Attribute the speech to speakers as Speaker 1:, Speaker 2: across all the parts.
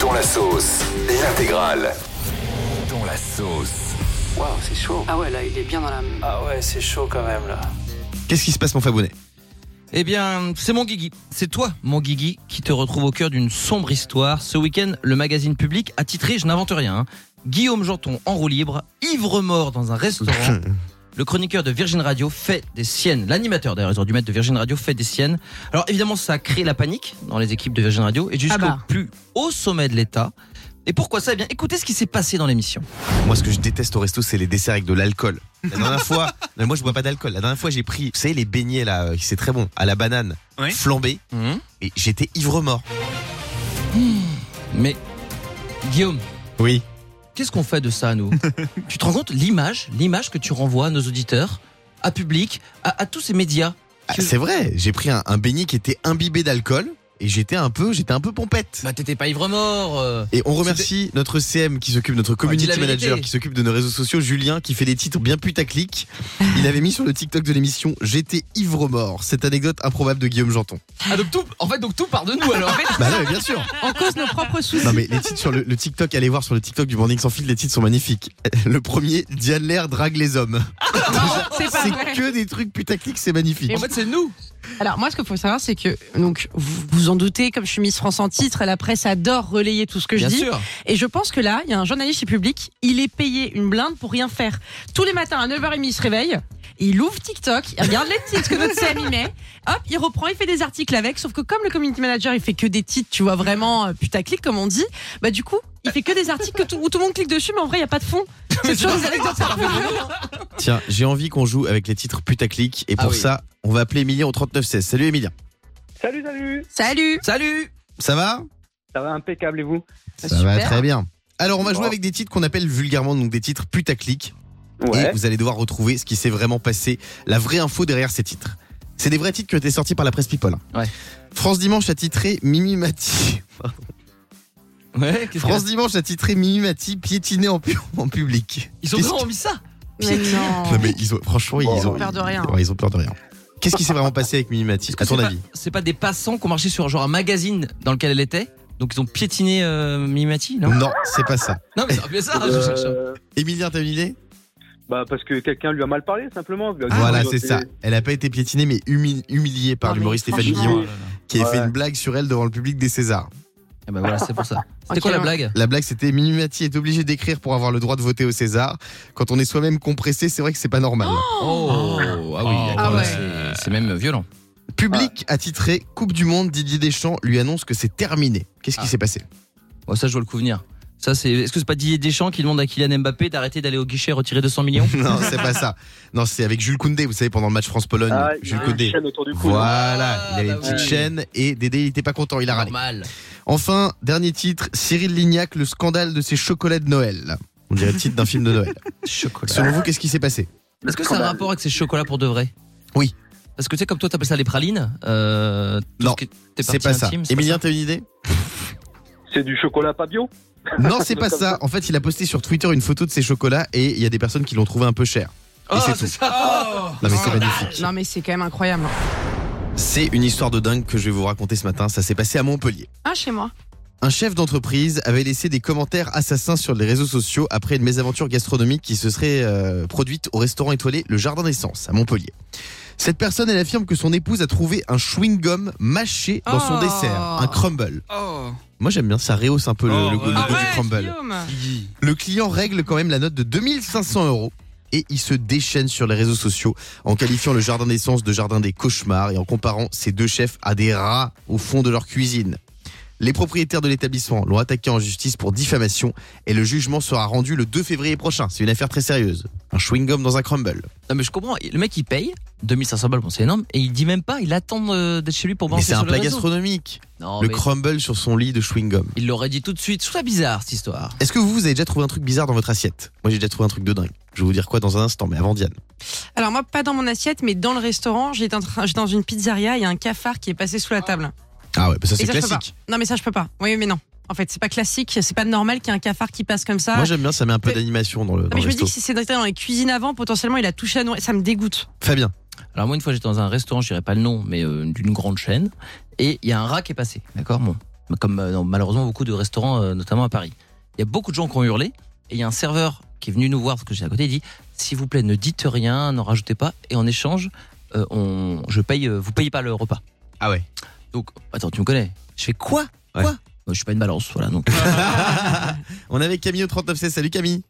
Speaker 1: Dont la sauce, l'intégrale.
Speaker 2: Dans la sauce.
Speaker 3: Waouh, c'est chaud.
Speaker 4: Ah ouais, là, il est bien dans la.
Speaker 3: Ah ouais, c'est chaud quand même là.
Speaker 5: Qu'est-ce qui se passe, mon Fabonnet
Speaker 6: Eh bien, c'est mon Guigui. C'est toi, mon Guigui, qui te retrouve au cœur d'une sombre histoire. Ce week-end, le magazine public a titré, je n'invente rien, hein, Guillaume Janton en roue libre, ivre-mort dans un restaurant. Le chroniqueur de Virgin Radio fait des siennes. L'animateur, d'ailleurs, ils auraient dû mettre de Virgin Radio fait des siennes. Alors, évidemment, ça a créé la panique dans les équipes de Virgin Radio et jusqu'au
Speaker 7: Ah bah.
Speaker 6: plus haut sommet de l'État. Et pourquoi ça Eh bien, écoutez ce qui s'est passé dans l'émission.
Speaker 5: Moi, ce que je déteste au resto, c'est les desserts avec de l'alcool. La dernière fois, non, mais moi, je bois pas d'alcool. La dernière fois, j'ai pris, vous savez, les beignets là, euh, c'est très bon, à la banane,
Speaker 2: Oui.
Speaker 5: flambés, et j'étais ivre mort.
Speaker 6: Mais, Guillaume,
Speaker 5: Oui.
Speaker 6: Qu'est-ce qu'on fait de ça, nous Tu te rends compte l'image, l'image que tu renvoies à nos auditeurs, à public, à, à tous ces médias.
Speaker 5: Ah,
Speaker 6: Que-
Speaker 5: c'est vrai, j'ai pris un, un beignet qui était imbibé d'alcool, et j'étais un peu, j'étais un peu pompette.
Speaker 6: Bah, t'étais pas ivre mort. euh.
Speaker 5: Et on remercie notre CM qui s'occupe, notre
Speaker 6: dis
Speaker 5: community
Speaker 6: la vérité.
Speaker 5: manager qui s'occupe de nos réseaux sociaux, Julien, qui fait des titres bien putaclic. Il avait mis sur le TikTok de l'émission J'étais ivre mort, cette anecdote improbable de Guillaume Janton.
Speaker 6: Ah, donc tout, en fait, donc tout part de nous alors.
Speaker 5: Bah non, mais bien sûr.
Speaker 7: On cause nos propres soucis.
Speaker 5: Non mais les titres sur le, le TikTok, allez voir sur le TikTok du Morning sans fil, les titres sont magnifiques. Le premier, Diane Lair drague les hommes.
Speaker 7: c'est pas
Speaker 5: C'est
Speaker 7: vrai.
Speaker 5: que des trucs putaclic, c'est magnifique.
Speaker 6: en fait, c'est nous.
Speaker 7: Alors moi, ce qu'il faut savoir, c'est que donc vous vous en doutez, comme je suis Miss France en titre, la presse adore relayer tout ce que
Speaker 6: Bien
Speaker 7: je dis.
Speaker 6: sûr.
Speaker 7: Et je pense que là, il y a un journaliste chez Public, il est payé une blinde pour rien faire. Tous les matins à 9h30, il se réveille. Il ouvre TikTok, il regarde les titres que notre CM y met, hop, il reprend, il fait des articles avec, sauf que comme le community manager, il fait que des titres, tu vois, vraiment euh, putaclic, comme on dit, bah du coup, il fait que des articles que tout- où tout le monde clique dessus, mais en vrai, il n'y a pas de fond. C'est toujours des anecdotes farfelues.
Speaker 5: Tiens, j'ai envie qu'on joue avec les titres putaclic, et
Speaker 6: Ah
Speaker 5: pour
Speaker 6: oui.
Speaker 5: ça, on va appeler Emilien au 3916. Salut Emilien.
Speaker 8: Salut, salut
Speaker 7: Salut
Speaker 6: Salut.
Speaker 5: Ça va
Speaker 8: Ça va impeccable et vous
Speaker 5: Ça va
Speaker 7: Super.
Speaker 5: très bien. Alors on va jouer
Speaker 8: Bon.
Speaker 5: avec des titres qu'on appelle vulgairement donc des titres putaclic et vous allez devoir retrouver ce qui s'est vraiment passé, la vraie info derrière ces titres. C'est des vrais titres qui ont été sortis par la presse People. hein.
Speaker 6: Ouais.
Speaker 5: France Dimanche a titré Mimi Mati.
Speaker 6: Ouais, qu'est-ce
Speaker 5: France Dimanche a titré Mimi Mati piétinée en, pu- en public.
Speaker 6: qu'ils- Ils ont
Speaker 5: Qu'est-ce
Speaker 6: vraiment mis ça.
Speaker 7: Mais non.
Speaker 5: Non mais ils ont, franchement
Speaker 8: Bon.
Speaker 5: ils ont
Speaker 7: Ils ont Oh, peur de rien.
Speaker 5: Ouais, ils ont peur de rien. Qu'est-ce qui s'est vraiment passé avec Mimi Mati
Speaker 6: que
Speaker 5: à ton
Speaker 6: c'est
Speaker 5: avis
Speaker 6: C'est pas des passants qui ont marché sur genre un magazine dans lequel elle était. Donc ils ont piétiné euh, Mimimati, non
Speaker 5: Non, c'est pas ça.
Speaker 6: Non, mais c'est ça. hein. je cherche.
Speaker 8: Euh,
Speaker 5: Emilien, t'as une idée
Speaker 8: bah parce que quelqu'un lui a mal parlé simplement. Il a dit,
Speaker 5: Voilà,
Speaker 8: oh,
Speaker 5: c'est ça. Elle a pas été piétinée mais humil- humiliée par
Speaker 7: Non, Ah, mais
Speaker 5: l'humoriste Stéphanie
Speaker 7: franchement.
Speaker 5: Guillon qui a fait
Speaker 8: Ouais.
Speaker 5: une blague sur elle devant le public des Césars.
Speaker 6: Eh ben voilà, c'est pour ça. C'était
Speaker 7: Ok,
Speaker 6: quoi la
Speaker 7: on-
Speaker 6: blague
Speaker 5: La blague, c'était Minimati est obligé d'écrire pour avoir le droit de voter au César. Quand on est soi-même compressé, c'est vrai que c'est pas normal.
Speaker 6: Oh, ah oui,
Speaker 2: Ah
Speaker 6: d'accord,
Speaker 7: ouais.
Speaker 6: c'est- c'est même violent.
Speaker 5: Public attitré Coupe du Monde, Didier Deschamps lui annonce que c'est terminé. Qu'est-ce qui
Speaker 6: Ah.
Speaker 5: s'est passé
Speaker 6: Ouais, ça, je dois le couvrir. Ça, c'est. Est-ce que c'est pas Didier Deschamps qui demande à Kylian Mbappé d'arrêter d'aller au guichet retirer 200 millions
Speaker 5: Non, c'est pas ça. Non, c'est avec Jules Koundé, vous savez, pendant le match France-Pologne.
Speaker 8: Ah, il y a
Speaker 5: Jules
Speaker 8: une
Speaker 5: Koundé.
Speaker 8: chaîne autour du cou.
Speaker 5: Voilà,
Speaker 6: Ah,
Speaker 5: il avait
Speaker 6: bah
Speaker 5: une petite
Speaker 8: oui.
Speaker 5: chaîne et Dédé, il était pas content, il a râlé.
Speaker 6: Normal.
Speaker 5: Enfin, dernier titre, Cyril Lignac, le scandale de ses chocolats de Noël. On dirait le titre d'un film de Noël.
Speaker 6: Chocolat.
Speaker 5: Selon vous, qu'est-ce qui s'est passé
Speaker 6: Est-ce que ça a un rapport avec ces chocolats pour de vrai
Speaker 5: Oui.
Speaker 6: Parce que tu sais, comme toi, t'appelles ça les pralines. Euh, tout
Speaker 5: Non,
Speaker 6: ce qui est- tes
Speaker 5: C'est
Speaker 6: parties
Speaker 5: pas ça.
Speaker 6: intimes, c'est pas
Speaker 5: Emilien, t'as une idée
Speaker 8: C'est du chocolat pas bio.
Speaker 5: Non, c'est pas ça. En fait, il a posté sur Twitter une photo de ses chocolats et il y a des personnes qui l'ont trouvé un peu cher.
Speaker 6: Oh,
Speaker 5: Et c'est
Speaker 6: c'est
Speaker 5: tout.
Speaker 6: ça. Oh,
Speaker 5: Non, mais c'est magnifique.
Speaker 7: Non mais c'est quand même incroyable. hein.
Speaker 5: C'est une histoire de dingue que je vais vous raconter ce matin. Ça s'est passé à Montpellier.
Speaker 7: Ah chez moi.
Speaker 5: Un chef d'entreprise avait laissé des commentaires assassins sur les réseaux sociaux après une mésaventure gastronomique qui se serait euh, produite au restaurant étoilé Le Jardin d'Essence à Montpellier. Cette personne, elle affirme que son épouse a trouvé un chewing-gum mâché dans son
Speaker 7: Oh.
Speaker 5: dessert, un crumble.
Speaker 2: Oh.
Speaker 5: Moi, j'aime bien, ça rehausse un peu le,
Speaker 2: Oh,
Speaker 5: le goût, le
Speaker 2: ouais.
Speaker 5: goût du crumble. Le client règle quand même la note de 2500 euros et il se déchaîne sur les réseaux sociaux en qualifiant le jardin d'essence de jardin des cauchemars et en comparant ces deux chefs à des rats au fond de leur cuisine. Les propriétaires de l'établissement l'ont attaqué en justice pour diffamation et le jugement sera rendu le 2 février prochain. C'est une affaire très sérieuse. Un chewing-gum dans un crumble.
Speaker 6: Non, mais je comprends. Le mec, il paye 2500 balles, bon, c'est énorme. Et il dit même pas, il attend euh, d'être chez lui pour
Speaker 5: mais
Speaker 6: manger
Speaker 5: c'est
Speaker 6: sur
Speaker 5: un
Speaker 6: le
Speaker 5: plat
Speaker 6: réseau.
Speaker 5: gastronomique.
Speaker 6: Non,
Speaker 5: le
Speaker 6: mais
Speaker 5: crumble sur son lit de chewing-gum.
Speaker 6: il l'aurait dit tout de suite. Je trouve ça bizarre, cette histoire.
Speaker 5: Est-ce que vous, vous avez déjà trouvé un truc bizarre dans votre assiette Moi, j'ai déjà trouvé un truc de dingue. Je vais vous dire quoi dans un instant, mais avant Diane.
Speaker 7: Alors moi pas dans mon assiette mais dans le restaurant, j'étais en train- j'étais dans une pizzeria, il y a un cafard qui est passé sous la table.
Speaker 5: Ah ouais, bah ça c'est
Speaker 7: Et ça, je peux
Speaker 5: classique.
Speaker 7: pas. Non mais ça je peux pas. Oui mais non. En fait, c'est pas classique, c'est pas normal qu'il y ait un cafard qui passe comme ça.
Speaker 5: Moi, j'aime bien, ça met un peu
Speaker 7: Mais-
Speaker 5: d'animation dans le,
Speaker 7: Non,
Speaker 5: dans
Speaker 7: Ah. Euh, mais
Speaker 5: le
Speaker 7: je me dis
Speaker 5: resto.
Speaker 7: que si c'est dans les cuisines avant, potentiellement il a touché à nous, ça me dégoûte.
Speaker 5: Fabien,
Speaker 6: Alors moi une fois j'étais dans un restaurant, je dirais pas le nom, mais euh, d'une grande chaîne, et il y a un rat qui est passé, d'accord Bon, comme euh, dans- malheureusement beaucoup de restaurants, euh, notamment à Paris. Il y a beaucoup de gens qui ont hurlé, et il y a un serveur qui est venu nous voir, parce que j'étais à côté, il dit S'il vous plaît, ne dites rien, n'en rajoutez pas, et en échange, euh, on, je paye, euh, vous payez pas le repas.
Speaker 5: Ah ouais.
Speaker 6: Donc, attends, tu me connais Je fais quoi Quoi
Speaker 5: Ouais.
Speaker 6: Moi, Je suis pas une balance, voilà. Donc,
Speaker 5: On est avec Camille au 39C. Salut Camille.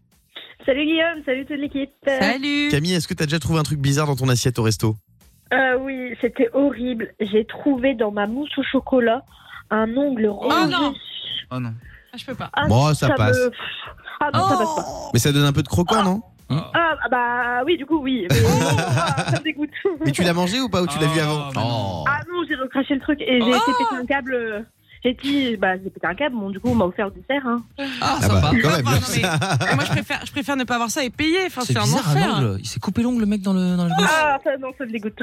Speaker 4: Salut Guillaume, salut toute l'équipe.
Speaker 7: Eh. Salut
Speaker 5: Camille, est-ce que t'as déjà trouvé un truc bizarre dans ton assiette au resto
Speaker 4: Euh, oui, c'était horrible. J'ai trouvé dans ma mousse au chocolat un ongle rose.
Speaker 7: non.
Speaker 9: Oh non.
Speaker 7: Ah, Je peux pas.
Speaker 5: Bon, ça passe.
Speaker 4: me- Ah non,
Speaker 7: Oh.
Speaker 4: ça passe pas.
Speaker 5: Mais ça donne un peu de croquant, non
Speaker 4: Ah ah bah oui, du coup, oui. Mais-
Speaker 7: Oh.
Speaker 4: Ah, ça me dégoûte.
Speaker 5: Mais tu l'as mangé ou pas Ou tu l'as vu avant
Speaker 9: Ah,
Speaker 7: Oh.
Speaker 9: non.
Speaker 5: Oh.
Speaker 4: Ah non, j'ai recraché le truc et j'ai été péter un câble. euh, J'ai dit, bah j'ai pété un câble, bon du coup on m'a offert le dessert. Hein.
Speaker 6: ah,
Speaker 5: Ah bah,
Speaker 6: sympa.
Speaker 5: quand même.
Speaker 7: Ah, non, mais- moi, je préfère, je préfère ne pas avoir ça et payer. Enfin,
Speaker 6: C'est
Speaker 7: Ah, c'est un
Speaker 6: bizarre, un
Speaker 7: enfer.
Speaker 6: ongle. Il s'est coupé l'ongle, le mec, dans le. Dans le...
Speaker 4: Ah ça, non, ça me dégoûte.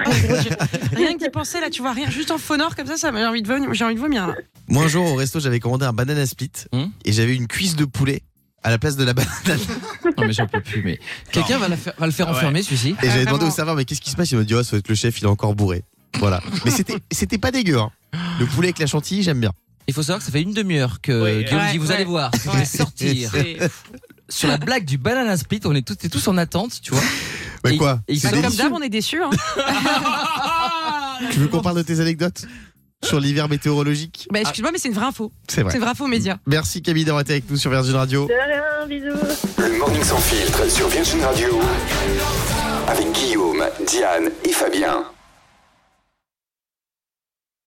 Speaker 7: Rien que d'y penser, là, tu vois, rien. Juste en phonore comme ça, ça m'a- j'ai envie de vomir. J'ai envie de vomir. là.
Speaker 5: Moi, un jour, au resto, j'avais commandé un banana split
Speaker 6: Hmm.
Speaker 5: et j'avais une cuisse de poulet à la place de la banane.
Speaker 6: Non, mais j'en peux plus, mais. Quelqu'un va, la faire- va le faire
Speaker 9: Ouais.
Speaker 6: enfermer, celui-ci
Speaker 5: Et j'avais
Speaker 7: Ah,
Speaker 5: demandé au
Speaker 7: vraiment.
Speaker 5: serveur, mais qu'est-ce qui se passe Il m'a dit, oh, ça doit être le chef, il est encore bourré. Voilà. Mais c'était c'était pas dégueu. hein. Le poulet avec la chantilly, j'aime bien.
Speaker 6: Il faut savoir que ça fait une demi-heure que
Speaker 9: Ouais,
Speaker 6: Guillaume
Speaker 7: ouais,
Speaker 6: dit Vous
Speaker 7: ouais.
Speaker 6: allez voir, je vais
Speaker 7: Ouais.
Speaker 6: sortir.
Speaker 7: C'est-
Speaker 6: Sur la blague du banana split, on est tous, t'es tous en attente, tu vois.
Speaker 5: Mais
Speaker 6: Et-
Speaker 5: quoi
Speaker 6: et il
Speaker 5: C'est
Speaker 7: Bah, comme
Speaker 5: délicieux.
Speaker 7: d'hab, on est déçus. Hein.
Speaker 5: Tu veux qu'on parle de tes anecdotes sur l'hiver météorologique
Speaker 7: Bah, excuse-moi, mais c'est une vraie info.
Speaker 5: C'est vrai.
Speaker 7: C'est une vraie info média.
Speaker 5: Merci Camille d'avoir été avec nous sur Virgin Radio.
Speaker 4: De rien, bisous.
Speaker 1: Le Morning Sans Filtre sur Virgin Radio. Avec Guillaume, Diane et Fabien.